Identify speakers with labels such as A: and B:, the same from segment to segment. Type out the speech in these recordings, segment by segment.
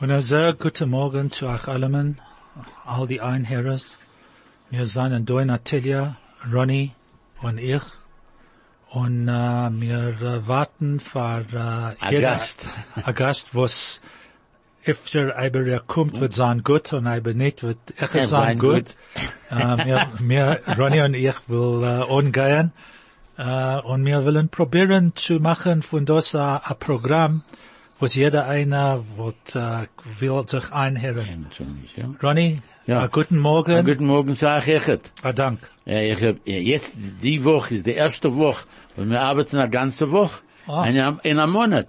A: Und ein sehr guten Morgen zu euch allen, all die Einherrer. Wir sind Doin Attilia, Ronny und ich. Und äh, wir äh, warten für äh,
B: Ein Gast.
A: ein Gast, was öfter aber er kommt, wird sein gut und aber nicht wird echt
B: Kann
A: sein
B: Er sein
A: gut.
B: gut.
A: äh, wir, wir, Ronny und ich will äh, angehen. Äh, und wir wollen probieren zu machen von das äh, ein Programm, was jeder einer wird, äh, will sich einhören.
B: Entschuldigung.
A: Ronny,
B: Ja.
A: äh, guten Morgen.
B: Ja. Guten Morgen, sag ich het.
A: Ah, Dank.
B: Äh, Ich hab, äh, jetzt, die Woche ist die erste Woche, und wir arbeiten eine ganze Woche.
A: Ah.
B: In, einem- in einem Monat.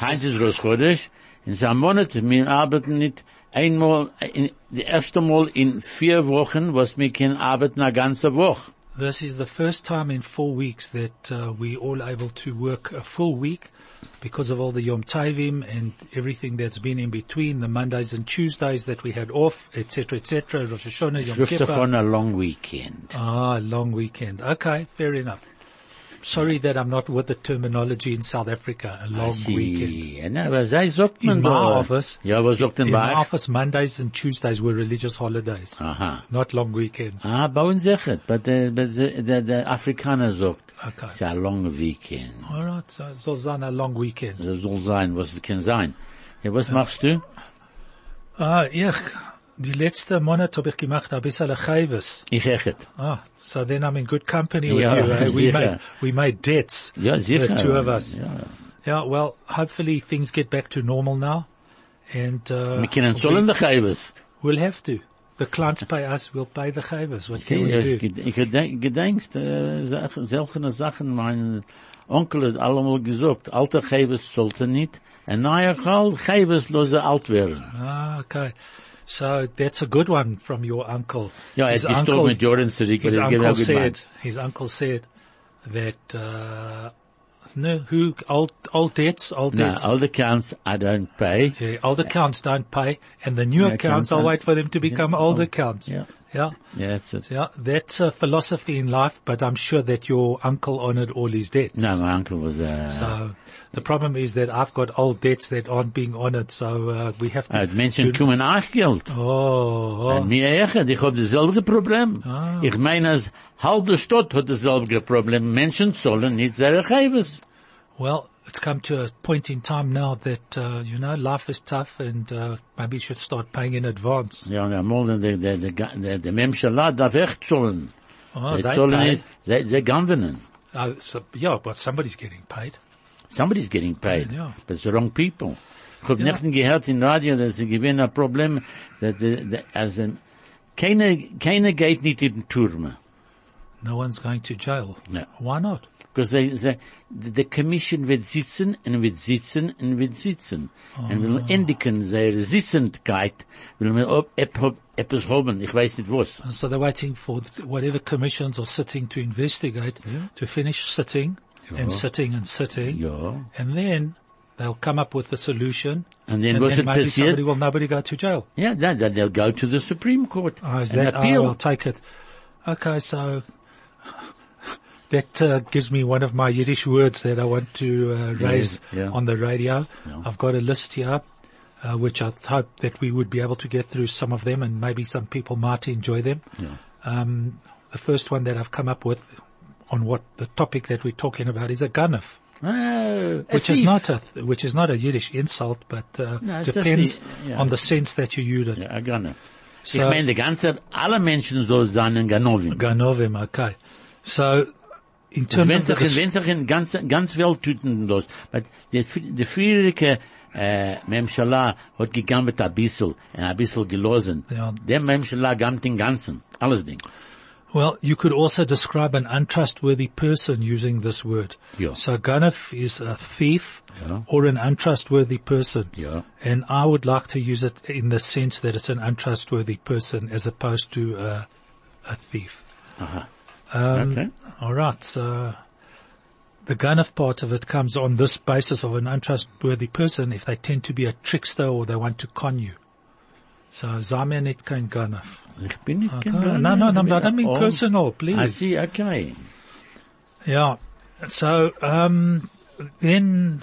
B: Heinz ist Roschodisch. In einem Monat, wir arbeiten nicht einmal, in, die erste Mal in vier Wochen, was wir können arbeiten eine ganze Woche.
A: This is the first time in four weeks that uh, we all able to work a full week because of all the Yom Tovim and everything that's been in between, the Mondays and Tuesdays that we had off, etc., etc., Rosh Hashanah, Yom
B: Ruft doch
A: Kippur.
B: on a long weekend.
A: Ah, long weekend. Okay, fair enough. Sorry that I'm not with the terminology in South Africa, a long weekend.
B: Sie, na, was sei, sagt man
A: In my
B: da?
A: office.
B: Ja, was sagt denn
A: In my
B: bei? euch?
A: office, Mondays and Tuesdays were religious holidays,
B: Aha.
A: not long weekends.
B: Ah, bauen sich het, but the, but the, the, the Afrikaner sagt,
A: Okay.
B: it's a long weekend.
A: All right, so it's all done a long weekend.
B: Das soll sein, was es kann sein. Ja, was machst du?
A: Ah, ich, die letzte Monat habe ich gemacht ein bisschen Chaiwes.
B: Ich hechet.
A: Ah, so then I'm in good company with
B: Ja,
A: you. eh? we,
B: sicher.
A: made, we made debts.
B: Ja, sicher.
A: The two of us.
B: Ja.
A: Yeah, well, hopefully things get back to normal now. And, uh,
B: Wir können zollen dich etwas.
A: we'll have to. The clients pay us, we'll pay the Chaiwes. What can
B: Ja,
A: we
B: Ich
A: do?
B: ged- ich gedenk- gedenkst, äh, Sach- seltene Sachen, mein Onkel hat allemal gesagt, alte Geibes sollte nicht, ein neuer Gal, Geibes lose alt werden.
A: Ah, okay. So that's a good one from your uncle.
B: Ja, er
A: His
B: ist gestorben
A: uncle-
B: mit Jahren zurück,
A: His
B: aber er
A: uncle
B: hat gesagt,
A: said, his uncle said that, uh, no, who, all, all debts, all
B: na,
A: debts.
B: all the counts, Nou, I don't pay.
A: Yeah, old accounts don't pay, and the new
B: New
A: accounts,
B: accounts
A: I'll
B: don't-
A: wait for them to become old
B: oh,
A: accounts.
B: yeah.
A: Yeah.
B: Yeah, that's it.
A: Yeah, that's a philosophy in life, but I'm sure that your uncle honored all his debts.
B: No, my uncle was, uh,
A: So the problem is that I've got old debts that aren't being honored, so uh, we have to.
B: uh, Menschen kommen auch Geld.
A: oh,
B: Und mir echt, ich hab dasselbe Problem.
A: Ah.
B: Ich meine, als halbe Stadt hat dasselbe Problem. Menschen zollen nicht sehr Geibes.
A: oh, well, it's come to a point in time now that uh, you know life is tough, and uh, maybe you should start paying in advance.
B: Ja, und einmal, der, der, der, der, der Memschala darf echt zollen.
A: Oh,
B: sie
A: they
B: zollen
A: pay.
B: nicht, sie, sie gammeln.
A: Oh, so, yeah, but somebody's getting paid.
B: Somebody's getting paid.
A: Ja.
B: But it's the wrong people. Ich hab nicht gehört in Radio, dass sie gewinnen ein Problem, dass, sie- dass, als, ähm, keine, keine geht nicht in den Turm.
A: No one's going to jail.
B: No.
A: Why not?
B: Because they, they, the, the commission wird sitzen and wird sitzen and wird sitzen. And
A: Ah.
B: will indiken their Sitzendkeit, will man ob, ep, ob, etwas haben, ich weiß nicht was.
A: And so they're waiting for th- whatever commissions are sitting to investigate to finish sitting
B: Uh-huh.
A: and sitting and sitting.
B: Ja.
A: And then they'll come up with the solution.
B: And then was it
A: maybe
B: passiert?
A: somebody will nobody go to jail.
B: Yeah, that, that they'll go to the Supreme Court
A: Oh, is
B: and
A: that, I
B: Ah, appeal.
A: will take it. Okay, so that uh, gives me one of my Yiddish words that I want to uh, raise
B: yeah.
A: on the radio. I've got a list here. Uh, which I hope that we would be able to get through some of them and maybe some people might enjoy them. Um, the first one that I've come up with on what the topic that we're talking about is a ganef,
B: Oh, a
A: which is
B: thief.
A: not a, which is not a Yiddish insult, but, uh,
B: No, it's a
A: depends
B: thief, yeah.
A: on the sense that you use it.
B: Ja, gerne.
A: So-
B: ich meine, die ganze, alle Menschen sollen sein in Ganovin.
A: Ganovim, okay. So, in terms
B: wenn
A: of the,
B: sich, wenn sich in ganz, ganz Welt tüten los. But der, der frühere, äh, Memschala hat gegangen mit ein bisschen, ein bisschen gelosen.
A: Ja.
B: Der Memschala gamt den Ganzen. Alles Ding.
A: well, you could also describe an untrustworthy person using this word.
B: Yeah.
A: So Ganov is a thief
B: Yeah.
A: or an untrustworthy person.
B: Yeah.
A: And I would like to use it in the sense that it's an untrustworthy person as opposed to a, a thief. Ähm,
B: okay.
A: All right. So the Ganov part of it comes on this basis of an untrustworthy person if they tend to be a trickster or they want to con you. So Zamenit kein Ganov.
B: Ich bin nicht
A: Okay. No, no, no, I don't mean
B: Oh.
A: personal,
B: I
A: please.
B: see, okay.
A: Yeah. So, um, then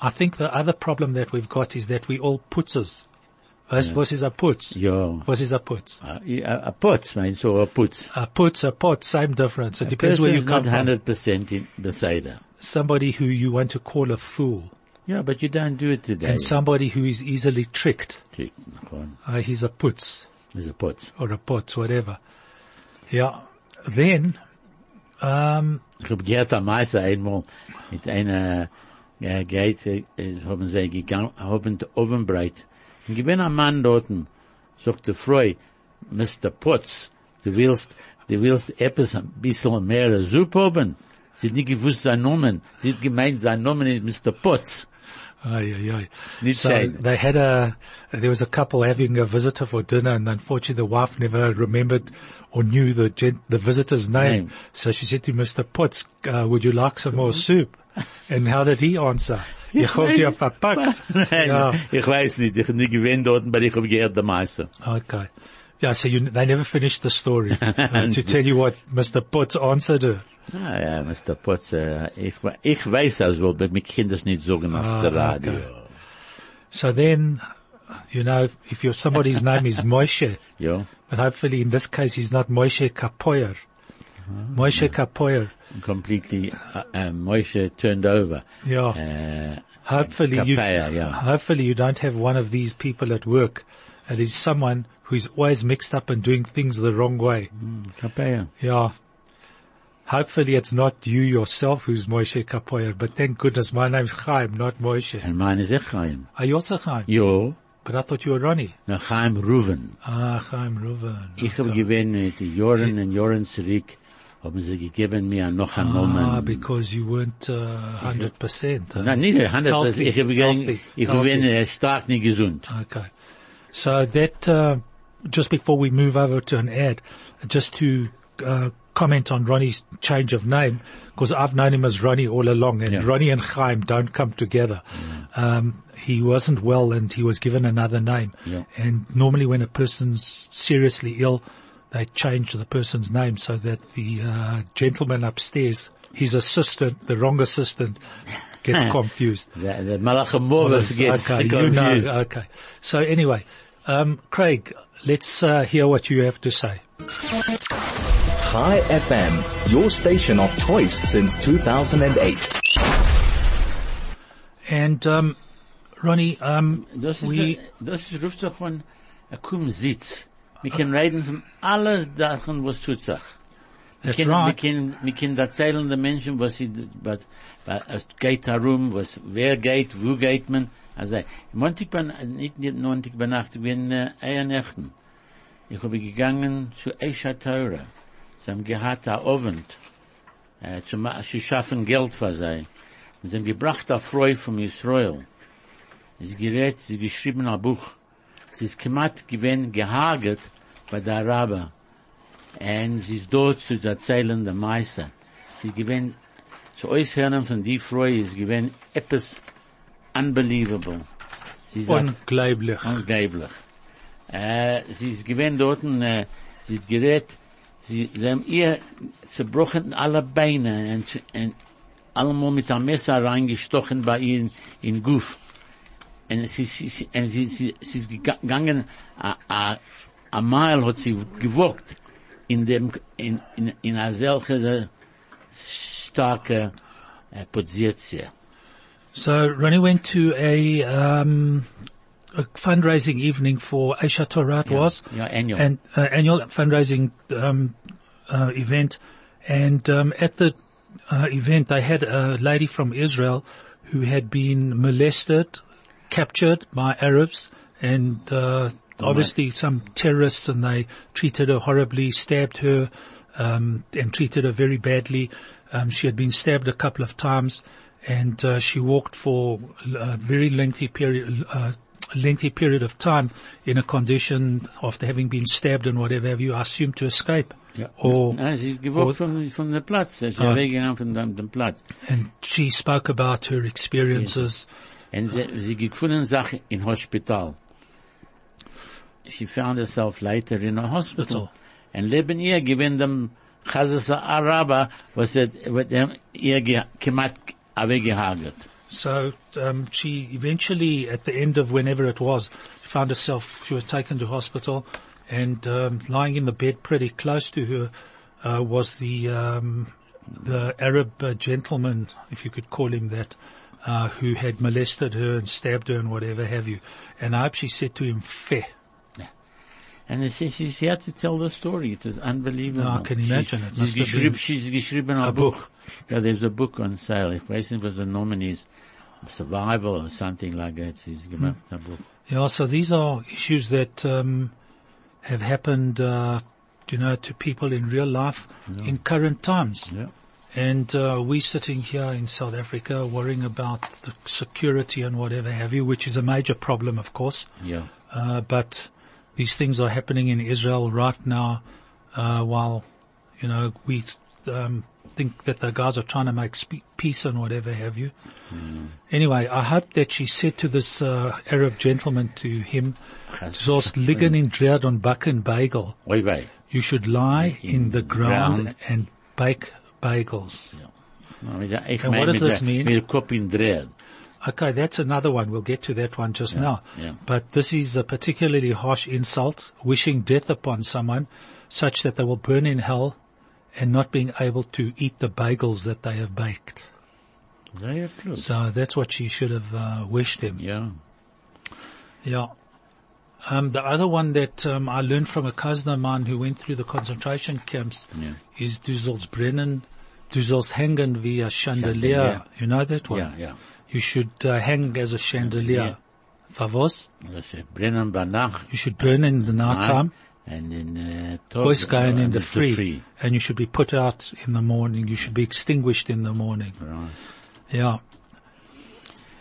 A: I think the other problem that we've got is that we all putzers. Weißt, was ist ein Putz?
B: Ja.
A: Was ist ein Putz?
B: A, a, a putz, meinst du, a putz.
A: A putz, a pot, same difference. It depends where you
B: Person's not
A: come from.
B: 100% in Bethsaida.
A: Somebody who you want to call a fool
B: Yeah, but you don't do it today.
A: and somebody who is easily tricked.
B: Trick, נכון.
A: Uh, he's a putz.
B: It's a putz.
A: or a pot, whatever. Yeah. Then, um,
B: Ich hab gehört am Meister einmal mit einer ja, Gate, äh, haben sie gegangen, haben die Ofenbreit. Und ich bin ein Mann dort, sagte Freu, Mr. Potts, du willst, du willst etwas ein bisschen mehr Suppe haben? Sie hat nicht gewusst sein Namen. Sie hat gemeint, sein Namen ist Mr. Potts.
A: ay, ay, ay.
B: Need
A: so
B: shade.
A: they had a, there was a couple having a visitor for dinner and unfortunately the wife never remembered or knew the gent, the visitor's name.
B: Name.
A: So she said to Mr. Potts, uh, would you like some more soup? And how did he answer? Je hoort je verpakt.
B: Nein,
A: Yeah.
B: ich weiß nicht, ich bin nicht gewähnt dort, aber ich hab gehört der Meister.
A: Okay. Yeah, so you, they never finished the story uh, to tell you what Mr. Potts answered her.
B: Ah, ja, Mr. Potts, äh, ich, ich weiß das wohl, aber ich kann das nicht sagen auf
A: Ah,
B: der Radio.
A: okay. So then, you know, if you're somebody's name is Moshe,
B: Ja.
A: But hopefully in this case he's not Moshe Kapoyer.
B: Mm-hmm.
A: Moshe Kapoyer.
B: completely uh, um, Moshe turned over.
A: Yeah.
B: Uh,
A: hopefully you,
B: Kapoyer, yeah.
A: hopefully you don't have one of these people at work that is someone who's always mixed up and doing things the wrong way.
B: Mm-hmm. Kapeya.
A: Yeah. Hopefully it's not you yourself who's Moshe Kapoyer, but thank goodness my name's Chaim, not Moshe.
B: And mine is Echaim.
A: Are you also Chaim?
B: Jo,
A: But I thought you were Ronnie.
B: na Chaim Ruven.
A: Ah, Chaim Reuven.
B: Ich hab gewinn mit die Joren und Joren zurück, haben sie gegeben mir noch einen
A: Ah,
B: Moment.
A: because you weren't uh, 100%. huh?
B: Na, nicht, 100%.
A: Healthy,
B: Ich hab gewinn,
A: healthy,
B: ich
A: healthy.
B: gewinn äh, stark nicht gesund.
A: Okay. So that, uh, just before we move over to an ad, just to uh, comment on Ronnie's change of name, because I've known him as Ronnie all along, and
B: Yeah. Mm.
A: Ronnie and Chaim don't come together. Um, he wasn't well, and he was given another name.
B: Yeah.
A: And normally, when a person's seriously ill, they change the person's name so that the uh, gentleman upstairs, his assistant, the wrong assistant, gets confused.
B: The, the Malachamovas gets
A: Okay, you
B: confused.
A: know, okay. So anyway, um, Craig, let's uh, hear what you have to say.
C: Hi FM, your station of choice since 2008.
A: And um, Ronnie, um,
B: Das ist,
A: we
B: das ist, ruft doch von, äh, komm, sitz. Wir können reden von alles Sachen, was tut sich.
A: that's
B: Kind,
A: right.
B: Wir können, wir können erzählen den Menschen, was sie, was, was, es geht darum, was, wer geht, wo geht man. Also, Montag bei, nicht, nicht Montag bei Nacht, ich bin, äh, Eiernächten. Ich habe gegangen zu Eisha Teure. Sie haben gehabt, ein Oven, äh, zu, ma- zu schaffen Geld für sie. Sie haben gebracht, eine Freude von Israel. Es gerät, sie geschrieben ein Buch. Sie ist gemacht, gewinn, gehaget bei der Araber. Und sie ist dort zu erzählen der Meister. Sie gewinnt, zu euch hören von die Freude, ist gewinnt etwas unbelievable. Sie sagt,
A: Unglaublich.
B: unglaublich. Äh, sie ist gewinnt dort, und, äh, sie ist gerät, sie, sie haben ihr zerbrochen alle Beine und, zu- und allemal mit einem Messer reingestochen bei ihr in, in Guff. Und sie, sie, sie, und sie, sie, sie ist gega- gegangen, a, a, a Mile hat sie gewogt in dem, in, in, in einer solchen starke äh, Position.
A: So Ronnie went to a, um, a fundraising evening for Aisha Torah it was
B: yeah, annual.
A: and uh, annual fundraising um, uh, event, and um, at the uh, event they had a lady from Israel who had been molested, captured by Arabs, and uh, obviously some terrorists, and they treated her horribly, stabbed her, um, and treated her very badly. Um, she had been stabbed a couple of times, and uh, she walked for a very lengthy period. Uh, lengthy period of time in a condition after having been stabbed and whatever have you, I assume to escape.
B: Ja.
A: Or,
B: Ja, sie ist gewohnt von, von dem Platz. Sie ist
A: Ah.
B: weggegangen von dem, dem Platz.
A: and she spoke about her experiences.
B: Und sie, sie gefunden sich in Hospital. She found herself later in a hospital.
A: Hospital.
B: Und leben ihr gewinnt dem er Chazas Araber, was hat, was dem ihr ge- gemacht, aber gehagert.
A: So um, she eventually, at the end of whenever it was, found herself. She was taken to hospital, and um, lying in the bed, pretty close to her, uh, was the um, the Arab uh, gentleman, if you could call him that, uh, who had molested her and stabbed her and whatever have you. And I hope she said to him, "Fe."
B: And it says she had to tell the story. It is unbelievable.
A: No, I Ah, can imagine. It
B: She's,
A: must have
B: geschrieben,
A: been-
B: she's geschrieben a,
A: a
B: book.
A: book.
B: Yeah, there's a book on sale. Ich weiß nicht, was the Norman is. Survival or something like that. She's gemacht
A: Hmm.
B: a book.
A: Yeah, so these are issues that um, have happened, uh, you know, to people in real life in current times.
B: Yeah.
A: And uh, we sitting here in South Africa worrying about the security and whatever have you, which is a major problem, of course.
B: Yeah.
A: Uh, but these things are happening in Israel right now, uh, while, you know, we, um, think that the guys are trying to make spe- peace and whatever have you. Hmm. Anyway, I hope that she said to this, uh, Arab gentleman, to him,
B: Chas-
A: Zost liggen in dread on backen bagel.
B: Oi wei.
A: You should lie in, the ground,
B: ground.
A: and bake bagels.
B: No, ich- ich
A: And
B: mein
A: what does
B: mit
A: this
B: der-
A: mean?
B: Mit dem Kopf in Dread.
A: Okay, that's another one. We'll get to that one just now.
B: yeah.
A: But this is a particularly harsh insult, wishing death upon someone such that they will burn in hell and not being able to eat the bagels that they have baked.
B: Ja, ja, true.
A: So that's what she should have uh, wished him.
B: Ja.
A: Yeah. Um, the other one that um, I learned from a cousin of mine who went through the concentration camps
B: Yeah.
A: is Du sollst brennen, du sollst hängen wie a chandelier.
B: Chandelier.
A: You know that one?
B: Ja, ja.
A: You should uh, hang as a chandelier. Favos?
B: Das ist brennen bei Nacht.
A: You should burn in the night time,
B: And in uh,
A: voice Ah, going in the
B: the
A: free, and you should be put out in the morning. You should be extinguished in the morning.
B: Right.
A: Yeah.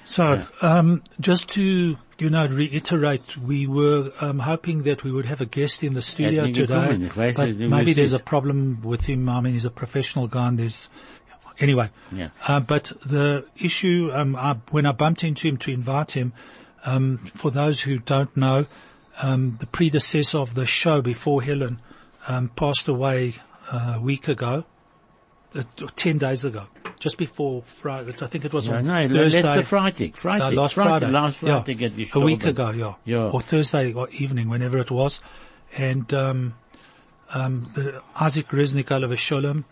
A: So, um, just to you know reiterate, we were um, hoping that we would have a guest in the studio
B: been gekommen.
A: today,
B: Ich weiß
A: but
B: nicht, wie
A: maybe
B: es
A: there's a
B: ist.
A: problem with him. I mean, he's a professional guy, and there's anyway.
B: Yeah.
A: Uh, but the issue, um, I, when I bumped into him to invite him, um, for those who don't know, um, the predecessor of the show before Helen um, passed away uh, a week ago, uh, t- ten days ago, just before Friday. I think it was
B: Ja,
A: on
B: nein,
A: Thursday.
B: letzte Freitag, Freitag,
A: No, last
B: Freitag,
A: Friday,
B: last Friday
A: yeah,
B: hat die
A: a week
B: gestorben.
A: ago, yeah,
B: Yeah.
A: or Thursday or evening, whenever it was, and um, um, the Isaac Resnick Oliver Sholem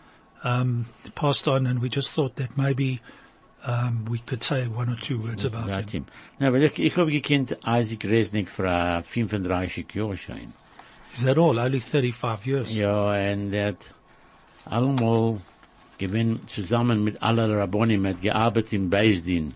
A: um, passed on, and we just thought that maybe um, we could say one or two words about
B: Ja,
A: him.
B: Tim. Na, weil ich, ich hab gekannt Isaac Resnick für a 35 Jahre schon.
A: Is that all? Only thirty-five years.
B: Ja, und er hat allemal gewinn zusammen mit aller Rabbonim, hat gearbeitet im Beisdien.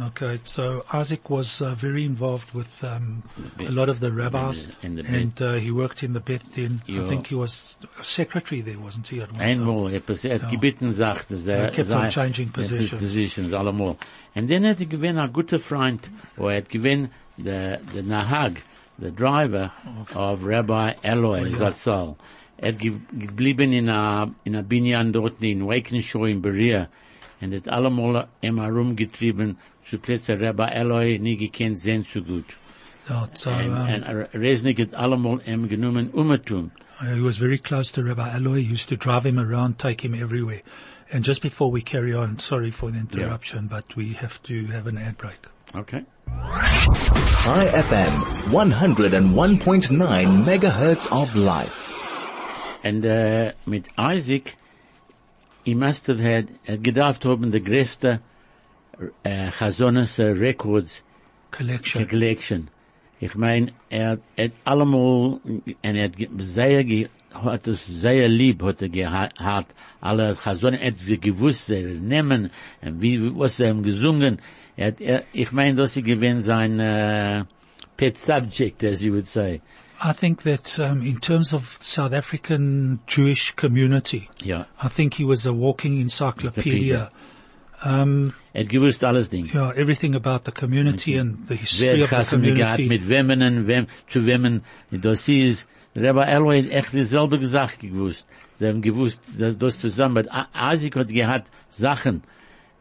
A: Okay, so Isaac was uh, very involved with um, a lot of the rabbis,
B: in the-
A: and uh, he worked in the Beth Din.
B: Yeah.
A: I think he was a secretary there, wasn't he? At one time?
B: Einmal, er hat ja. gebeten, sagte, sei,
A: He kept on changing positions.
B: positions, allemal. And then hat er gewinn a guter Freund, wo er hat gewinn der, der Nahag, der Driver of Rabbi Eloi
A: Oh,
B: Zatzal. Er hat ge- geblieben in a, in a Binyan dort in Wakenshaw in Berea. Und hat allemal ihm herumgetrieben, zu Plätze Rabbi Eloi nie gekannt sehen so gut.
A: Yeah, so
B: Und,
A: um,
B: und Resnick hat allemal ihm genommen, umgetan.
A: Uh, he was very close to Rabbi Eloi. He used to drive him around, take him everywhere. And just before we carry on, sorry for the interruption, but we have to have an ad break.
B: Okay.
C: High FM 101.9 megahertz of life.
B: And uh, mit Isaac, he must have had, had gedacht haben, the größte uh, Chazonas uh, Records
A: Collection.
B: Collection. Ich mein, er hat- er hat allemal, und er hat ge- sehr, ge- hat es sehr lieb, hat er gehabt, alle Chazonen, er hat sie gewusst, er nehmen, und wie, was er ihm gesungen, er hat, er, ich mein, dass sie gewinnt sein, äh, pet subject, as you would say.
A: I think that um, in terms of South African Jewish community,
B: Ja.
A: I think he was a walking encyclopedia.
B: Er hat gewusst alles Ding.
A: Yeah, everything about the community and the history
B: wer
A: of the
B: gassen wir gehabt
A: community.
B: mit wemmen und wem, zu wemmen. Das ist, Rabbi Elway hat echt dieselbe Sache gewusst. Sie haben gewusst, dass das zusammen, mit A- Isaac hat gehabt Sachen,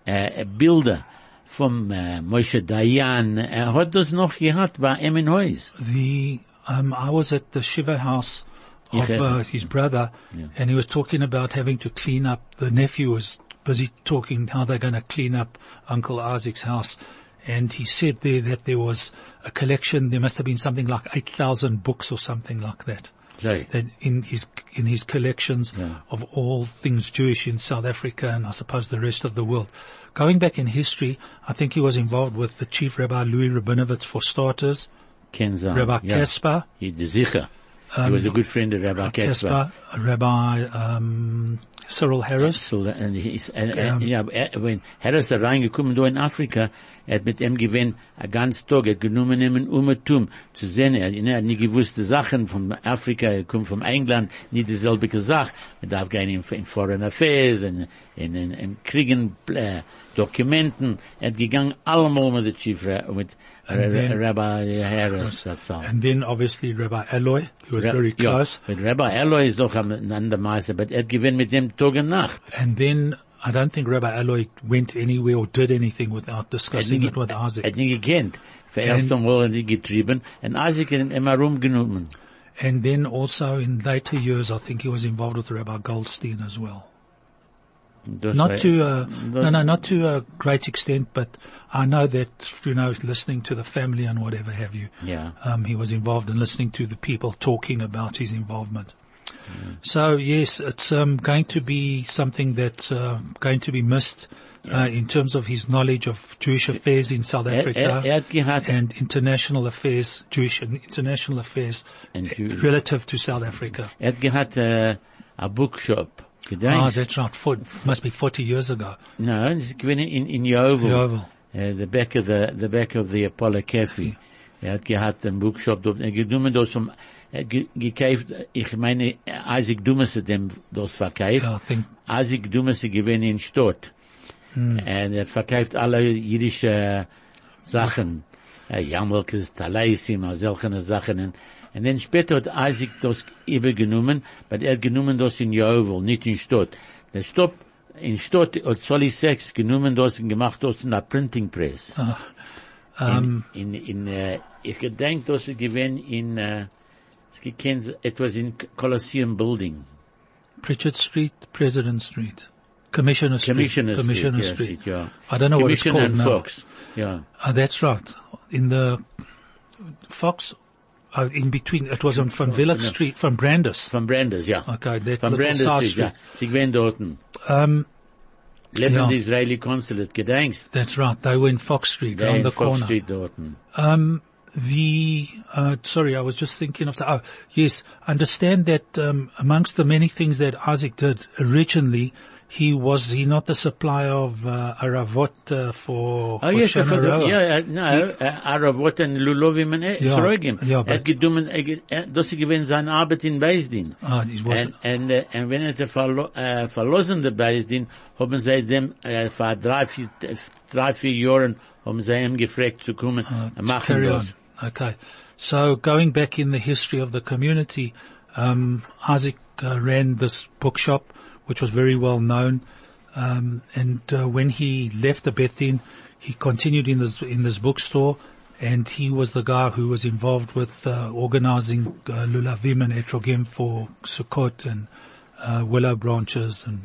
B: äh, äh, Bilder vom äh, Moshe Dayan. Er hat das noch gehabt bei ihm in Heus.
A: the um, I was at the Shiva house of
B: Okay.
A: uh, his brother, and he was talking about having to clean up. The nephew was busy talking how they're going to clean up Uncle Isaac's house. And he said there that there was a collection, there must have been something like 8,000 books or something like that.
B: Right.
A: That in his, in his collections of all things Jewish in South Africa and I suppose the rest of the world. Going back in history, I think he was involved with the Chief Rabbi Louis Rabinovitz for starters,
B: Ken Zahn.
A: Rabbi
B: yeah.
A: Kasper,
B: He, the Zicher. he was a good friend of Rabbi Kasper.
A: Kasper, Rabbi, um, Cyril Harris.
B: So, that- and he's, and, and, ja, er, when Harris da reingekommen, da in Afrika, er hat mit ihm gewinnt, a ganz Tag, er hat genommen ihm Umertum, zu sehen, er, er hat nicht gewusst, die Sachen von Afrika, er kommt von England, nicht dieselbe gesagt, man darf gehen in, in Foreign Affairs, in, in, in, in Kriegen, äh, Dokumenten, er hat gegangen allemal mit der Chief, Ra- mit Ra-
A: then-
B: Rabbi Harris, that's all.
A: And then obviously Rabbi Alloy, who was
B: Ra-
A: very
B: ja,
A: close.
B: Mit Rabbi Eloy ist doch am anderen Meister, aber er gewinnt mit dem Tag und Nacht.
A: And then I don't think Rabbi Alloy went anywhere or did anything without discussing it with
B: Er hat
A: Isaac.
B: ihn gekannt. Für erst einmal hat ihn getrieben und Isaac hat ihn immer rumgenommen.
A: And then also in later years, I think he was involved with Rabbi Goldstein as well.
B: Und das war-
A: Not to, uh,
B: das-
A: no, no, not to a great extent, but I know that, you know, listening to the family and whatever have you.
B: Yeah.
A: Um, he was involved in listening to the people talking about his involvement.
B: Mm.
A: So yes, it's um, going to be something that's uh, going to be missed uh, in terms of his knowledge of Jewish affairs in South
B: er-
A: Africa
B: er hat gehabt-
A: and international affairs, Jewish and international affairs eh,
B: And Jew-
A: relative to South Africa.
B: Er hat gehabt äh, a bookshop.
A: Ah,
B: Gedenkst?
A: that's right. For, must be 40 years ago.
B: No, das gewinnt in, in Yeovil.
A: Yeovil.
B: Äh, the back of the, the back of the Apollo Cafe. Er hat gehabt einen Bookshop dort. Er genommen das um, er ge- gekauft, ich meine, Isaac Dumas hat dem das verkauft.
A: Yeah, I think
B: Isaac Dumas gewinnt in Stott. Und er verkauft alle jüdische Sachen. Äh, Jammelkes, Talaisim, all solche Sachen. Und, und dann später hat Isaac das übergenommen, aber er hat genommen das in Jehovel, nicht in Stott. Der Stopp in Stott hat Solly Sex genommen das und gemacht das in der Printing Press. in, in, in äh, ich gedenk, das ist gewesen in, äh, es gekannt, etwas in Colosseum Building.
A: Pritchard Street, President Street, Commissioner Street,
B: Commissioner Street,
A: Commissioner
B: yeah,
A: Street.
B: Street, yeah.
A: I don't know what it's
B: Commissioner
A: called
B: and
A: now.
B: Fox. Yeah.
A: Ah, that's right. In the Fox, uh, in between, it was on Van Villick Street, from Brandis.
B: Von Brandes, ja.
A: Okay, that
B: Von
A: little
B: Brandes,
A: side Ähm,
B: ist, ja. Sie gewähnt dort. Um,
A: ja.
B: Lebend Israeli Consulate, gedenkst.
A: That's right. They were in Fox Street,
B: Da
A: around
B: in
A: the
B: Fox
A: corner.
B: Street dort.
A: The, uh, sorry, I was just thinking of, the, oh, yes, understand that, um, amongst the many things that Isaac did originally, he was, he not the supplier of, uh, Aravot, uh, for, for
B: Oh, yes,
A: Shana
B: for the,
A: Roa.
B: ja, ja, na, äh, Aravot und Lulovim und
A: Hm? Ja,
B: Sroegim.
A: ja,
B: äh, Er
A: but-
B: hat gedummen, er ge- er- das ist gewähnt seine Arbeit in Beisdin.
A: Ah, it was,
B: And, and, uh, and wenn er verlo äh, verlassen der Beisdin, haben sie dem, äh, vor drei, vier, drei, vier Jahren, haben sie ihm gefragt zu kommen, äh, machen
A: Ah, Carry
B: das.
A: on. Okay. So going back in the history of the community, um, Isaac uh, ran this bookshop, which was very well known. Um, and uh, when he left the Bethlehem, he continued in this in this bookstore, and he was the guy who was involved with uh, organizing uh, lulavim and etrogim for Sukkot and uh, willow branches and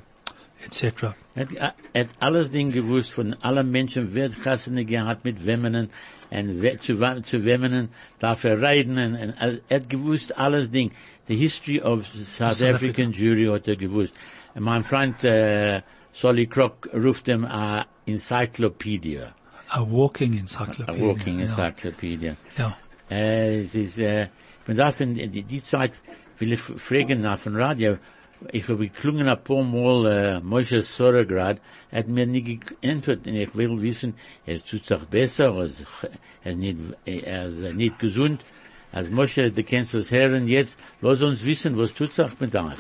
A: etc.
B: Het, het er alles ding gewusst von allen Menschen, wer Gassene gehabt mit Wemmenen, und wer zu, wa- zu Wemmenen, darf er reiten, und, und all- er hat gewusst alles ding. The history of South
A: Africa.
B: African Jewry hat er gewusst. Und mein Freund, äh, Solly Crock ruft ihm a Encyclopedia.
A: A walking
B: A
A: encyclopedia.
B: walking
A: yeah.
B: Encyclopedia.
A: Yeah.
B: Äh, es ist, äh, man darf in die, die Zeit, will ich fragen nach dem Radio, ich habe geklungen ein paar Mal, äh, Moshe Sorograd, er hat mir nie geantwortet, und ich will wissen, er tut sich besser, er ist, er ist nicht, er ist nicht gesund, als Moshe, du kennst das Herren jetzt, lass uns wissen, was tut sich mit euch.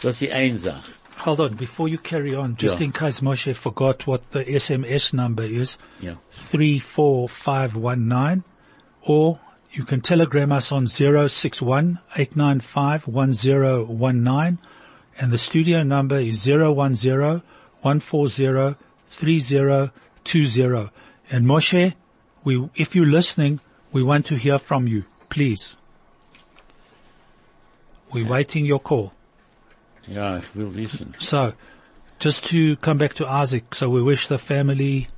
B: Das ist eine Sache.
A: Hold on, before you carry on, just
B: Yeah.
A: in case Moshe forgot what the SMS number is,
B: Ja.
A: 34519, or you can telegram us on 61 and the studio number is 010-140-3020. And Moshe, we, if you're listening, we want to hear from you, please. We're waiting your call.
B: Ja, ich will wissen.
A: So, Just to come back to Isaac, so we wish the family,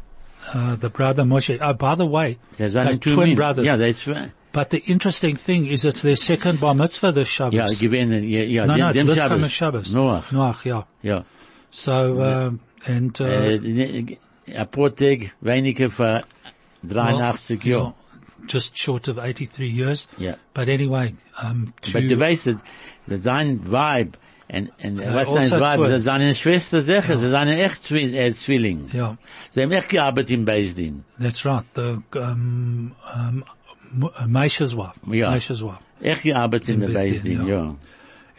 A: uh, the brother Moshe. Oh, by the way,
B: There's
A: they're
B: only two
A: twin
B: men.
A: brothers.
B: Yeah, that's right.
A: But the interesting thing is it's their second bar mitzvah this Shabbos.
B: Yeah, given, yeah, yeah,
A: no,
B: them,
A: no, it's
B: them
A: this
B: Shabbos.
A: coming Shabbos.
B: Noach.
A: Noach, yeah.
B: Ja.
A: So, um, and, uh,
B: Äh, ne- a paar Tag weniger für 83 Jahre.
A: well, yeah, just short of 83 years.
B: Yeah.
A: But anyway, um, to,
B: But du weißt, dass- dass sein Weib, and, and was
A: also
B: sein Weib,
A: twin.
B: sie seine Schwester sicher, sie seine echt Zwi- äh, Zwilling.
A: yeah,
B: Sie haben echt gearbeitet im Beisdien.
A: that's right. The, um, um, M- uh, Maisha's wife.
B: Yeah.
A: Maisha's wife.
B: Echt gearbeitet in der
A: Beisdien,
B: Beisdien,
A: ja.
B: ja.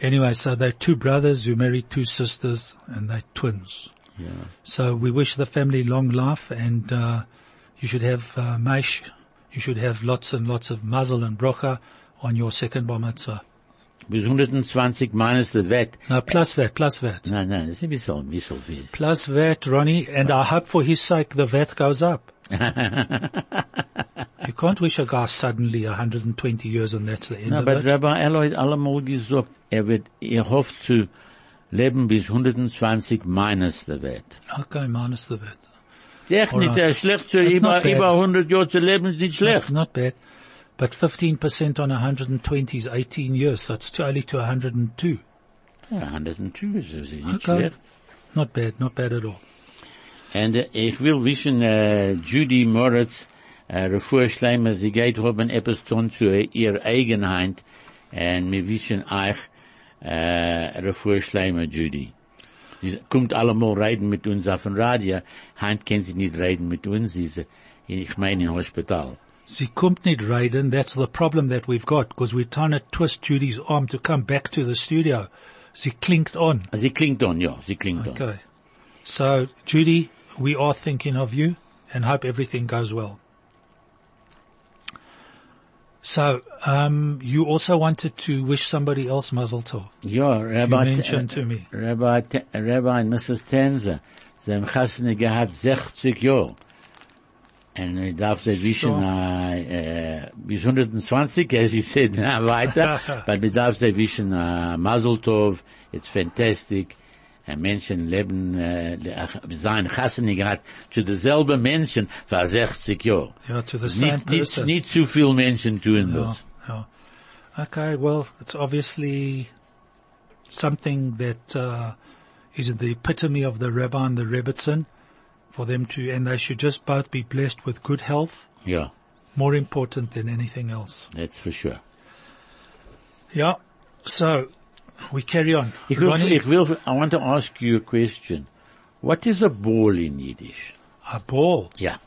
A: Anyway, so they're two brothers who married two sisters and they're twins.
B: Ja.
A: So we wish the family long life and, uh, you should have, uh, Maish, you should have lots and lots of mazel and brocha on your second bar mitzvah.
B: Bis 120 minus the Wett.
A: No, plus that, plus that.
B: Nein, nein, das ist ein bisschen, bisschen viel.
A: Plus that, Ronnie, and I hope for his sake the VAT goes up. you can't wish a guy suddenly 120 years and that's the end
B: Na,
A: of
B: aber
A: it.
B: Rabbi Eloi hat allemal gesagt, er wird, er hofft zu leben bis 120 minus the Wett.
A: Okay, minus the VAT.
B: Echt eh, nicht,
A: Alright.
B: er ist schlecht zu,
A: It's not
B: über,
A: bad.
B: über 100 Jahre zu leben ist nicht schlecht.
A: Not bad. But 15% on 120 is 18 years. so it's too early to 102.
B: Ja, 102 ist es nicht
A: Okay.
B: schlecht.
A: Not bad, not bad at all.
B: En eh, ik wil wissen, eh, Judy Moritz, uh, Reforschleimer, sie geht haben etwas tun zu ihr Eigenheit. eh, En wir wissen auch, äh, Reforschleimer, Judy. Sie kommt allemal reden mit uns auf dem Radio. Heint kann sie nicht reden mit uns, sie ist, eh, ich meine, im Hospital.
A: Sie kommt nicht reden. That's the problem that we've got because we're trying to twist Judy's arm to come back to the studio. Sie klingt on.
B: Sie klingt dann, ja, sie klingt dann.
A: Okay. So, Judy, we are thinking of you and hope everything goes well. So, um, you also wanted to wish somebody else Mazel Tov.
B: Ja, Rabbi,
A: mentioned to me.
B: Rabbi, Te- Rabbi and Mrs. Tenzer, sie haben Chassene gehabt 60 Jahre. Und ich darf sie wissen, äh, äh, bis 120, as you said, na, weiter. Aber ich darf sie wissen, äh, Mazel Tov, it's fantastic. Äh, Menschen leben, äh, le- ach, sein Chassene gehabt zu derselben Menschen vor 60 Jahren.
A: Yeah, to the same
B: Nicht, nicht,
A: person.
B: nicht zu viel Menschen tun
A: Yeah,
B: das.
A: yeah. Okay, well, it's obviously something that uh, is the epitome of the Rabbi and the Rebbitzin for them to, and they should just both be blessed with good health,
B: Ja,
A: more important than anything else.
B: that's for sure.
A: Yeah. So we carry on.
B: Ich will,
A: Ronnie,
B: ich will, I want to ask you a question. What is a ball in Yiddish?
A: a ball.
B: Yeah.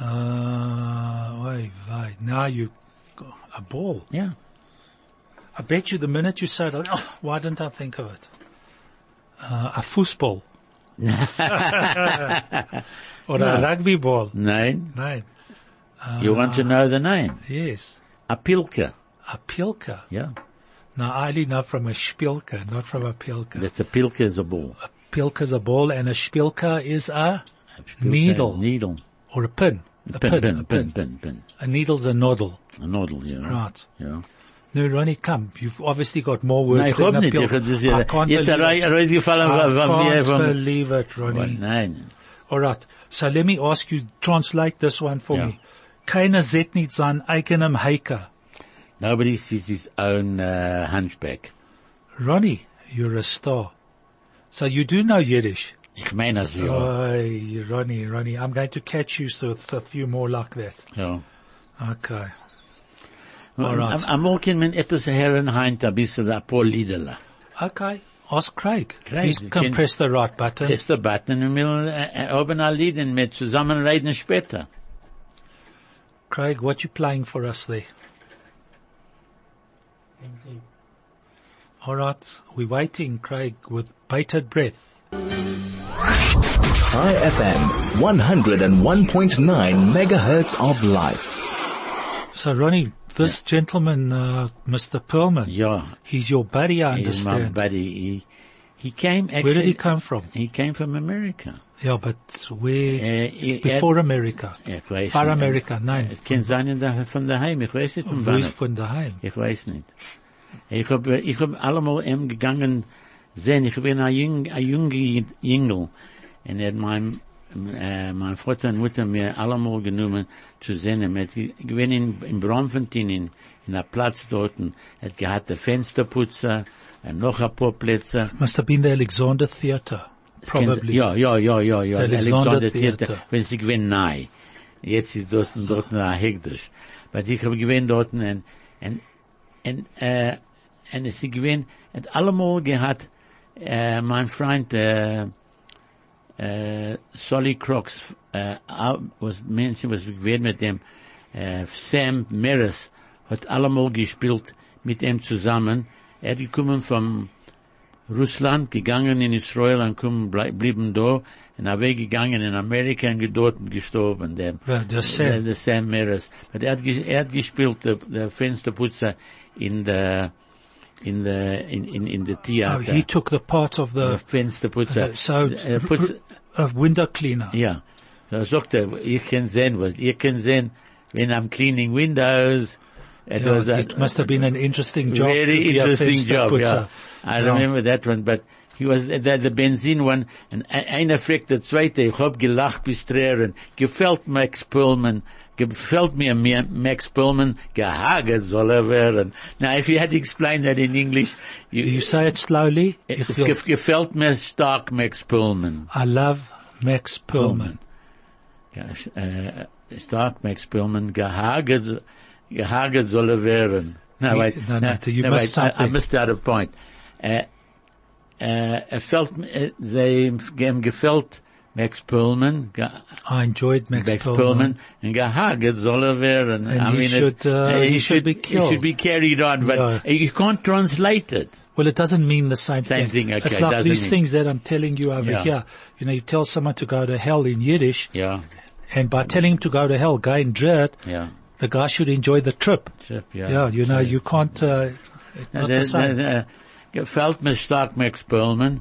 A: Uh, wait, wait. Now you, a ball.
B: Yeah.
A: I bet you the minute you said, it, oh, why didn't I think of it? Uh, a foosball. or a rugby ball.
B: Name?
A: No.
B: you want
A: Ah.
B: to know the name?
A: Yes.
B: A pilka.
A: A pilka.
B: Yeah.
A: Now I only know from a spilka, not from a pilka.
B: That's a pilka is a ball.
A: Pilka's a ball and a spilka is a,
B: A pilke,
A: Needle.
B: Needle.
A: or a pin. A
B: Pin, pin,
A: a
B: pin, pin, pin.
A: A needle's a noddle.
B: A noddle, yeah.
A: Right.
B: Yeah.
A: No, Ronnie, come. You've obviously got more
B: Nein,
A: words
B: ich hab
A: than a
B: nicht. Ich
A: pilka.
B: hab das
A: I
B: ja,
A: can't
B: jetzt
A: believe
B: rei- rausgefallen
A: I
B: von, von mir,
A: can't
B: von,
A: believe it, Ronnie.
B: von, nein.
A: All right. So let me ask you, translate this one for
B: Yeah.
A: me. Keiner sieht nicht sein eigenem Heiker.
B: Nobody sees his own, uh, hunchback.
A: Ronnie, you're a star. So you do know Yiddish.
B: Ich meine also,
A: Uh,
B: ja.
A: Oy, Ronnie, Ronnie, I'm going to catch you with a few more like that.
B: Ja.
A: Okay. All right.
B: Am Morgen, wenn etwas Herrenheint, da bist du da, Paul Liederler.
A: Okay. Ask Craig.
B: Craig,
A: He's
B: you
A: can
B: can-
A: press the right button.
B: Ist der Button und wir haben äh, ein Lied und wir zusammen reden später.
A: Craig, what you playing for us there? All right. We're waiting, Craig, with bated breath.
C: High FM 101.9 megahertz of life.
A: So Ronnie, this gentleman, uh, Mr. Perlman,
B: Ja,
A: he's your buddy, I
B: he's my
A: understand.
B: buddy. He, he came actually.
A: Where did he come from?
B: He came from America.
A: Yeah, but where?
B: Äh, er-
A: Before America.
B: er- ich weiß
A: Far
B: nicht.
A: America, nein.
B: Es kann sein in der, von daheim, ich weiß nicht von
A: Wo
B: wann.
A: ist von daheim?
B: Ich weiß nicht. Ich hab, ich hab allemal ihm gegangen sehen, ich bin ein jung, ein junger Jüngel. Und er hat mein, äh, mein Vater und Mutter mir allemal genommen zu sehen. Er hat, ich bin in, in Bramfontein, in, in der Platz dort, und er hat gehabt der Fensterputzer, und noch ein paar Plätze.
A: Must have been the Alexander Theater. Probably.
B: Ja, ja, ja, ja, ja.
A: The Alexander Theater.
B: Wenn sie gewinnen, nein. Jetzt ist das so. dort ein Hektisch. Weil ich habe gewinnt dort ein, ein, ein, äh, ein, es ist gewinnt, hat allemal gehabt, äh, mein Freund, äh, äh, Solly Crocs, äh, au- was, Menschen, was gewinnt mit dem, äh, Sam Maris, hat allemal gespielt mit ihm zusammen. Er hat gekommen vom, Russland, gegangen in Israel und kommen, blei- blieben da, und er weggegangen in Amerika und dort gestorben. Der,
A: Wer, der Sam?
B: Der, der Sam Maris. Aber er hat, ges- er hat gespielt, der, der Fensterputzer in der, in der, in, in, in der
A: Oh,
B: Theater.
A: he took the part of
B: der
A: the,
B: Fensterputzer.
A: so,
B: er putz,
A: of window cleaner.
B: ja. Er sagte, ihr könnt sehen, was, ihr könnt sehen, when I'm cleaning windows, it
A: Yeah,
B: was a-
A: it must have been an interesting job. to
B: Very
A: be a
B: interesting
A: fenster
B: job,
A: putter.
B: yeah. I
A: Yeah.
B: remember that one, but he was the, the Benzin one, and e- einer fragt der zweite, ich hab gelacht bis Tränen, gefällt Max Pullman, gefällt mir mir Max Pullman, gehagert soll er werden. Now, if you had explained that in English, you,
A: You say it slowly.
B: es
A: You'll-
B: gef- gefällt mir stark Max Pullman.
A: I love Max Perlman.
B: Ja, sch- äh, stark Max Pullman, gehagert, gehagert soll er werden. No,
A: You-
B: wait,
A: no, no, you
B: no,
A: missed
B: wait, I- I,
A: something.
B: missed out a point. Uh, uh, er fällt, äh, sie ihm gefällt Max Pullman, ge,
A: I enjoyed Max,
B: Max
A: Perlman.
B: Pullman, und gehagert soll er werden.
A: And he
B: it's-
A: should, uh,
B: eh,
A: he should be
B: He
A: killed.
B: should be carried on, but
A: Yeah.
B: eh, you can't translate it.
A: Well, it doesn't mean the same,
B: Same thing, okay,
A: It's like
B: doesn't
A: these
B: it?
A: things that I'm telling you over
B: Yeah.
A: here. You know, you tell someone to go to hell in Yiddish,
B: Yeah,
A: and by telling him to go to hell, go and do it,
B: yeah.
A: the guy should enjoy the trip.
B: Chip, yeah.
A: Yeah, you know, you can't, uh, it's not the
B: Der- der-
A: same.
B: der- Gefällt mir uh, stark Max Perlman.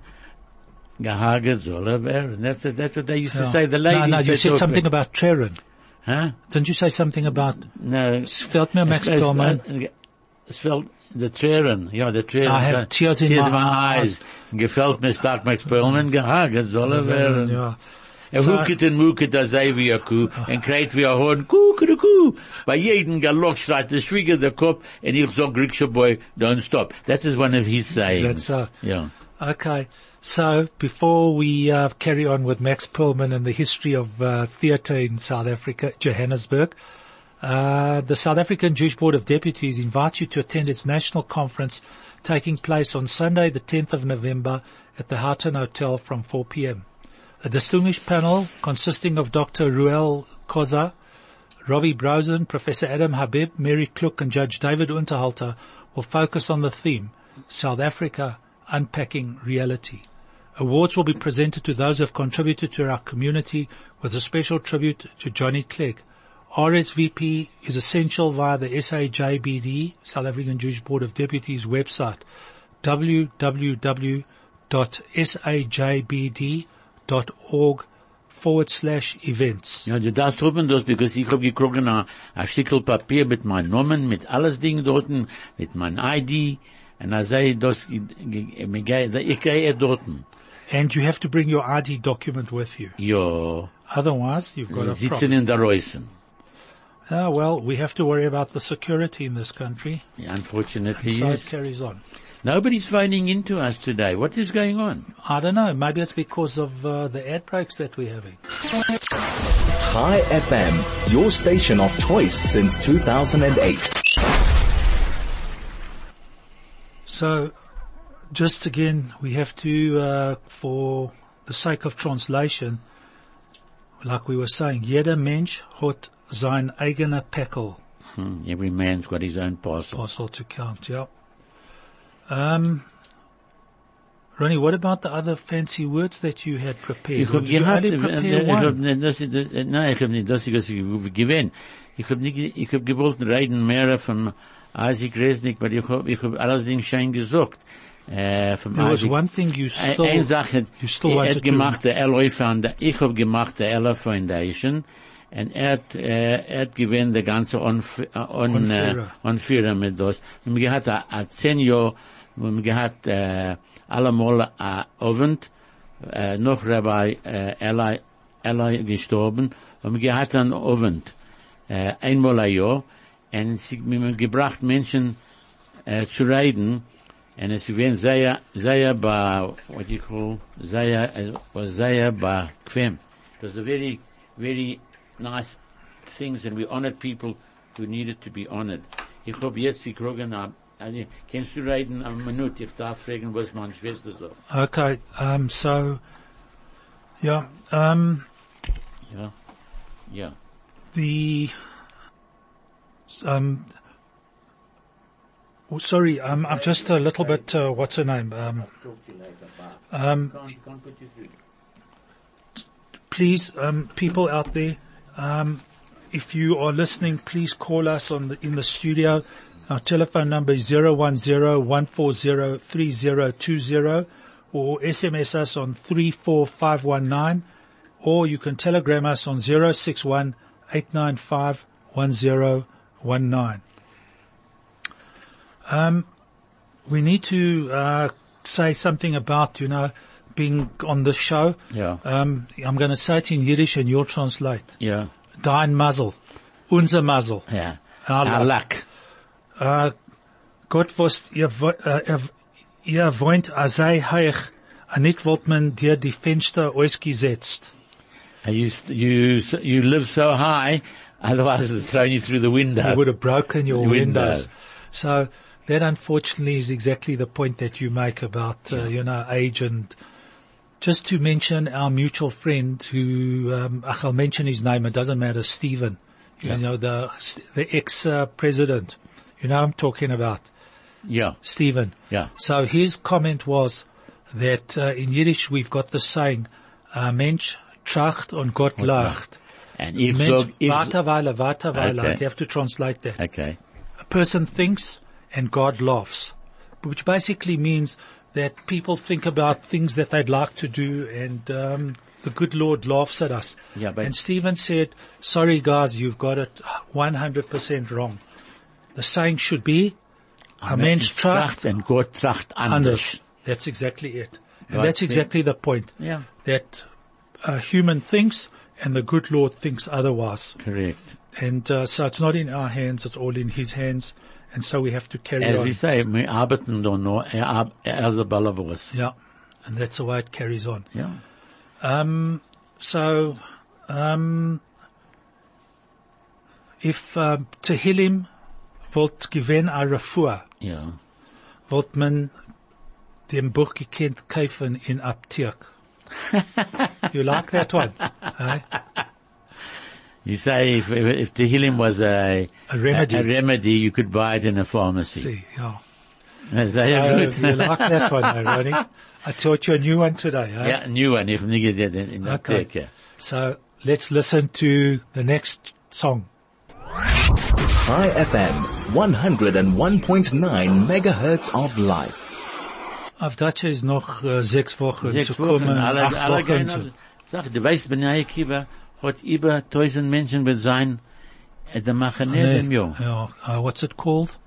B: Gehagert soll er werden. That's, it, that's what they used to
A: Yeah.
B: say. The ladies.
A: no, no, you
B: they
A: said
B: talk-
A: something about Sharon.
B: Huh?
A: Didn't you say something about
B: No.
A: Feldman, Max
B: Es- es-
A: Perlman?
B: äh, Es fällt, the Tränen. Ja, the uh, Tränen.
A: I have
B: So,
A: tears in my eyes. Mm.
B: Gefällt mir stark Max Perlman. Gehagert soll er werden.
A: Mm-hmm. Yeah. Ah.
B: Er
A: So-
B: hucket und mucket, da sei wie a Kuh. Und kreit wie a Horn. Kuh, kuh, kuh. Bei jedem Galock schreit der Schwieger der Kopf. Und ich sag, Grikscher Boy, don't stop. That is one of his sayings.
A: That's, uh,
B: Yeah.
A: Okay, so before we uh, carry on with Max Perlman and the history of uh, theatre in South Africa, Johannesburg, uh, the South African Jewish Board of Deputies invites you to attend its national conference taking place on Sunday, the 10th of November, at the Houghton Hotel from 4 p.m. A distinguished panel consisting of Dr. Ruel Koza, Robbie Brosen, Professor Adam Habib, Mary Kluk, and Judge David Unterhalter will focus on the theme, South Africa Unpacking Reality. Awards will be presented to those who have contributed to our community with a special tribute to Johnny Clegg. RSVP is essential via the SAJBD, South African Jewish Board of Deputies website, www.sajbd.org forward slash events.
B: Ja, du darfst hoffen das, because ich hab gekrogen a, a Stickel Papier mit meinem Namen, mit alles Ding dorten, mit mein ID, und er sei das, ge- ge- mir gei- da- ich gehe er dorten.
A: And you have to bring your ID document with you.
B: Ja,
A: Otherwise, you've got a
B: sitzen
A: problem.
B: in der Reusen.
A: Ah, well, we have to worry about the security in this country.
B: Unfortunately,
A: So it
B: yes.
A: carries on.
B: Nobody's phoning into us today. What is going on?
A: I don't know. Maybe it's because of uh, the ad breaks that we're having.
C: Hi FM, your station of choice since 2008.
A: So, just again, we have to, uh, for the sake of translation, like we were saying, jeder Mensch hat sein eigener Packel.
B: Hmm, Every man's got his own parcel.
A: Parcel to count, yeah. Um, Ronnie, what about the other fancy words that you had prepared?
B: Ich hab
A: you
B: gehabt,
A: only
B: äh,
A: prepare
B: äh, ich
A: one.
B: hab nicht das, äh, nein, ich hab nicht das, was ich gewinnt. Ich hab nicht, ich hab gewollt reden mehr von Isaac Resnick, weil ich hab, ich hab alles Ding schön gesagt. Äh, von
A: There was
B: Isaac.
A: one thing you
B: Äh,
A: still,
B: Eine Sache,
A: you still
B: er
A: wanted
B: hat
A: to-
B: gemacht, der Alloy Foundation, ich hab gemacht, der Alloy Foundation, und er hat, äh, er hat gewinnt, der ganze On, äh, On, äh,
A: Onführer.
B: On Führer mit das. Und mir hat er, er zehn Jahre wo man gehad äh, allemal a Ovent, äh, noch Rabbi äh, Eli, Eli gestorben, und man gehad an Ovent, äh, einmal ein Jahr, und sie haben gebracht Menschen äh, zu reden, und es gewesen sehr, sehr bei, what do you call, sehr, äh, was sehr bei Quem. It was a very, very nice things, and we honored people who needed to be honored. Ich hab jetzt gekrogen, Also, kannst Ah, du reden eine Minute? Ich darf fragen, was meine Schwester sagt.
A: Okay, um, so, yeah, um,
B: Ja, ja.
A: the, um, oh, sorry, um, I'm just a little bit, uh, what's her name? Um, um,
B: Can't, can't put you through.
A: please, um, people out there, um, if you are listening, please call us on the, in the studio. Our telephone number is 010-140-3020 or SMS us on 34519 or you can telegram us on 61 895 1019 Um, we need to uh, say something about you know being on the show.
B: Yeah.
A: Um, I'm going to say it in Yiddish and you'll translate.
B: Ja,
A: Dein Muzzle, unser Muzzle.
B: ja.
A: Ah, luck.
B: Alak.
A: Uh, Gott wusst, ihr, wo- äh, ihr, ihr wohnt a sei heich, a nicht wollt man dir die Fenster ausgesetzt.
B: You, s- you, s- you live so high, otherwise they'll throw you through the window.
A: They would have broken your
B: Window.
A: windows. So that unfortunately is exactly the point that you make about, uh, you know, age and just to mention our mutual friend who, um, ach, I'll mention his name. It doesn't matter. Stephen, you know, the, the ex uh, president, you know, who I'm talking about
B: Yeah,
A: Stephen.
B: yeah.
A: So his comment was that uh, in Yiddish we've got the saying, uh, Mensch tracht und Gott lacht.
B: And ich
A: Mensch,
B: sag, ich,
A: warte Weile, warte Weile.
B: Okay.
A: You have to translate that
B: okay.
A: person thinks and God laughs, which basically means that people think about things that they'd like to do and um, the good Lord laughs at us.
B: Yeah, but-
A: and Stephen said, sorry guys, you've got it 100% wrong. The saying should be, a mensch tracht
B: and Gott tracht anders.
A: anders. That's exactly it. And
B: Right.
A: that's exactly the point.
B: Yeah.
A: That a human thinks and the good Lord thinks otherwise.
B: Correct.
A: And uh, so it's not in our hands, it's all in his hands. And so we have to carry
B: As
A: on.
B: we say, wir arbeiten da nur, er, ar- er, as a Balabos.
A: Yeah. And that's the way it carries on.
B: Yeah.
A: So, um, if, um, Tehillim wollt gewen a Refua,
B: Yeah.
A: wollt man dem Buch gekent kaufen in Aptirk. you like that one? eh?
B: You say if, if, if the healing was a,
A: A remedy.
B: a, remedy, you could buy it in a pharmacy.
A: See, yeah.
B: Is that
A: So,
B: good?
A: you like that one, eh, Ronnie? I taught you a new one today, eh?
B: Yeah, new one. If you get it in the
A: Okay.
B: tech, yeah.
A: So, let's listen to the next song.
C: High FM 101.9 megahertz of life.
A: Auf Deutsch ist noch äh, sechs Wochen
B: Sechs
A: zu kommen,
B: Wochen, alle,
A: acht
B: alle
A: Wochen
B: gehen
A: zu
B: ab. Sag, du weißt, Benai Kiva hat über 1000 Menschen mit sein, äh, der Machane dem Jung.
A: Yeah, uh, what's it called?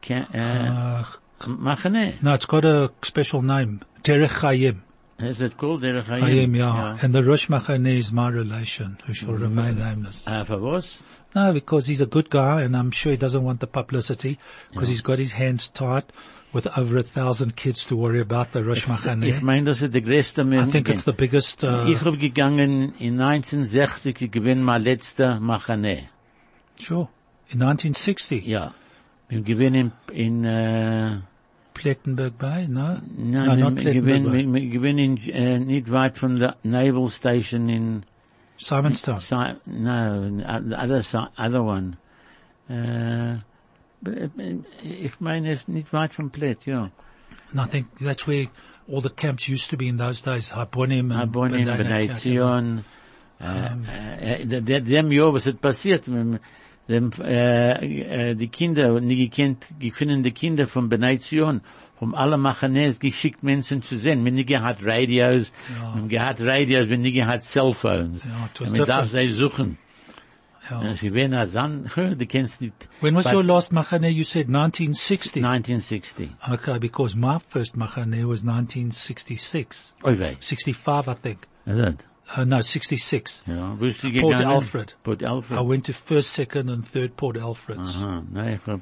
B: Ke- äh,
A: Uh,
B: Machane.
A: no, it's got a special name. Derech Chaim.
B: Is it called der
A: Chaim, yeah. And the Rosh Machane is my relation, who shall remain nameless.
B: Ah, for was?
A: No, because he's a good guy, and I'm sure he doesn't want the publicity, because he's got his hands tied with over a thousand kids to worry about the Rosh
B: Ich
A: Machane.
B: meine, das ist der größte
A: I
B: Mensch.
A: think it's the biggest,
B: Ich
A: uh,
B: hab gegangen in 1960, ich gewinn mein letzter Machane.
A: sure. In 1960,
B: Ja. Ich gewinn in, in, äh,
A: Plettenberg Bay, no?
B: Nein,
A: no,
B: no,
A: not
B: wir gewinnen,
A: Plettenberg Bay.
B: wir, wir gewinnen äh, nicht weit von der Naval Station in,
A: Simonstown.
B: Si- no, in the other, si- other one. Äh, b- b- ich meine, es ist nicht weit vom Platt, ja.
A: And I think that's where all the camps used to be in those days, Harbonim and
B: Abonin,
A: B'nai
B: B'nai
A: Nakyak.
B: Zion,
A: Ähm.
B: äh, äh, de- dem Jahr, was ist passiert, mit dem, äh, äh, die Kinder, nie gekannt, gefundene Kinder von B'nai Zion, um alle Machanes geschickt Menschen zu sehen. Wenn die hat Radios, ja. hat Radios, wenn die hat Cellphones.
A: Ja, it was
B: Und man darf
A: different.
B: sie suchen.
A: Ja.
B: Und sie werden als an, du kennst nicht.
A: When was
B: but-
A: your last Machane? You said 1960.
B: 1960.
A: Okay, because my first Machane was 1966.
B: Oh weh.
A: 65, I think.
B: Also,
A: Uh, no, 66.
B: ja, wo ist die
A: Port
B: gegangen?
A: Alfred.
B: Port Alfred.
A: I went to first, second, and third Port Alfreds.
B: Aha, na, ich hab,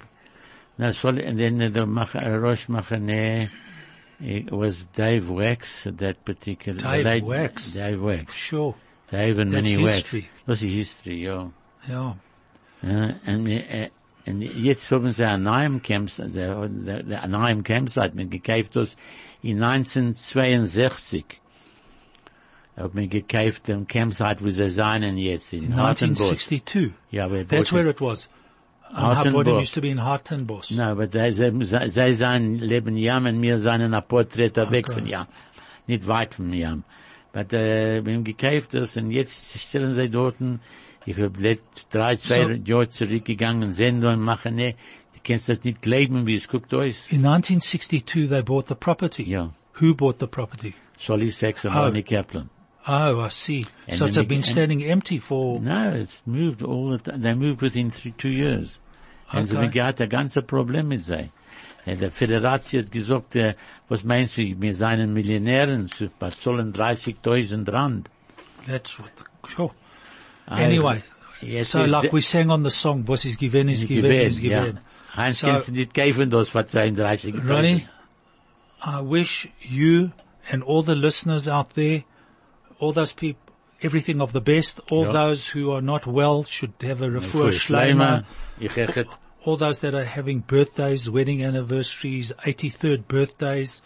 B: na, soll, and then uh, the mach, uh, Rosh Machane, it was Dave Wax, that particular.
A: Dave
B: late-
A: Wax?
B: Dave Wax.
A: Sure.
B: Dave and
A: That's
B: many
A: history.
B: Wax. Das ist History, ja.
A: Yeah.
B: Ja, und, wir, äh, und jetzt haben sie ein neues Campsite, der, der, der, ein neues Campsite, man gekauft das in 1962. Hat man gekauft den Campsite, wo sie seinen jetzt in, Hartenburg.
A: 1962.
B: Ja, we
A: That's
B: bought
A: where
B: it.
A: it was. Um,
B: Hartenburg.
A: Harbodem used to be in Hartenbosch.
B: No, but they, they, they sein leben Jam und mir seinen ein Porträt da weg
A: Okay.
B: von Jam. Nicht weit von Jam. But, äh, wir haben gekauft das und jetzt stellen sie dort, ich hab let drei, zwei Jahre zurückgegangen, sehen da und machen, ne, du kannst das nicht glauben, wie es guckt aus.
A: In 1962, they bought the property.
B: Yeah.
A: Who bought the property?
B: Solly Sachs und
A: Oh.
B: Ronnie Kaplan.
A: Oh, I see.
B: And
A: so
B: then
A: it's
B: they-
A: been
B: and-
A: standing empty for,
B: No, it's moved all the time. They moved within three, two years. And
A: Okay.
B: sie hat ein ganzes Problem mit sich. Äh, Der Föderatie hat gesagt, äh, was meinst du, wir seien Millionären, zu- was sollen 30.000 Rand?
A: that's what the, sure.
B: Ah,
A: Anyway,
B: jetzt- jetzt
A: so
B: ist-
A: like we sang on the song, was is given is
B: ist
A: given is
B: gewesen, ja.
A: given.
B: Heinz,
A: So-
B: kannst du nicht geben, das war 32.000.
A: Ronnie, I wish you and all the listeners out there, all those people, everything of the best, all
B: Yeah.
A: those who are not well should have a refuah
B: Für
A: shleima,
B: Schleimer, ich hechet,
A: all those that are having birthdays, wedding anniversaries, 83rd birthdays,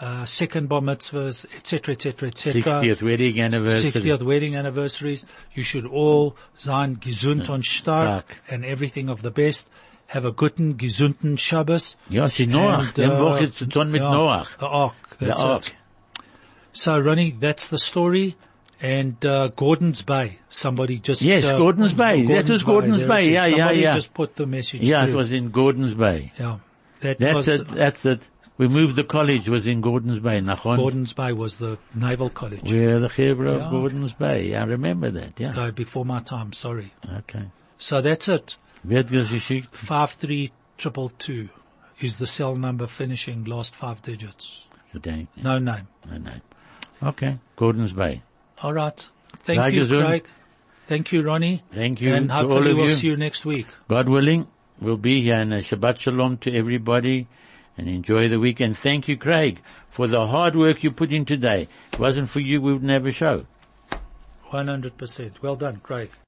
A: uh, second bar mitzvahs, etc., etc., etc.
B: 60th Wedding Anniversary.
A: 60th wedding anniversaries. You should all sein gesund und stark
B: Stark.
A: and everything of the best. Have a guten, gesunden Shabbos.
B: Ja, sie Noach,
A: And,
B: dem
A: uh,
B: Woche zu tun mit
A: yeah,
B: Noach.
A: The Ark.
B: Der
A: That's
B: Ark.
A: it. So, Ronnie, that's the story. And uh, Gordon's Bay. Somebody just
B: Yes,
A: uh,
B: Gordon's Bay. That was Gordon's
A: There
B: Bay.
A: it is.
B: Yeah, yeah,
A: Somebody
B: yeah.
A: Just put the message.
B: Ja, it
A: through.
B: was in Gordons Bay.
A: Yeah, that
B: That's
A: was
B: it. That's it. We moved the college was in Gordons Bay, Nachon.
A: Gordon's Bay was the Naval College.
B: We're the Hebrew
A: Yeah.
B: of Gordons Bay. I remember that. Yeah.
A: no, before my time. Sorry.
B: Okay.
A: So that's it.
B: Wird geschickt.
A: Five three triple two is the cell number finishing last five digits.
B: Gedenk.
A: No name.
B: No, no. Okay. Gordons Bay.
A: All right. Thank
B: Thank
A: you,
B: you, Zoon.
A: Craig. Thank you, Ronnie.
B: Thank you
A: And
B: to
A: hopefully
B: all of
A: we'll
B: you.
A: see you next week.
B: God willing, we'll be here and a Shabbat Shalom to everybody and enjoy the weekend. Thank you, Craig, for the hard work you put in today. It wasn't for you, we wouldn't have a show.
A: One hundred percent. Well done, Craig.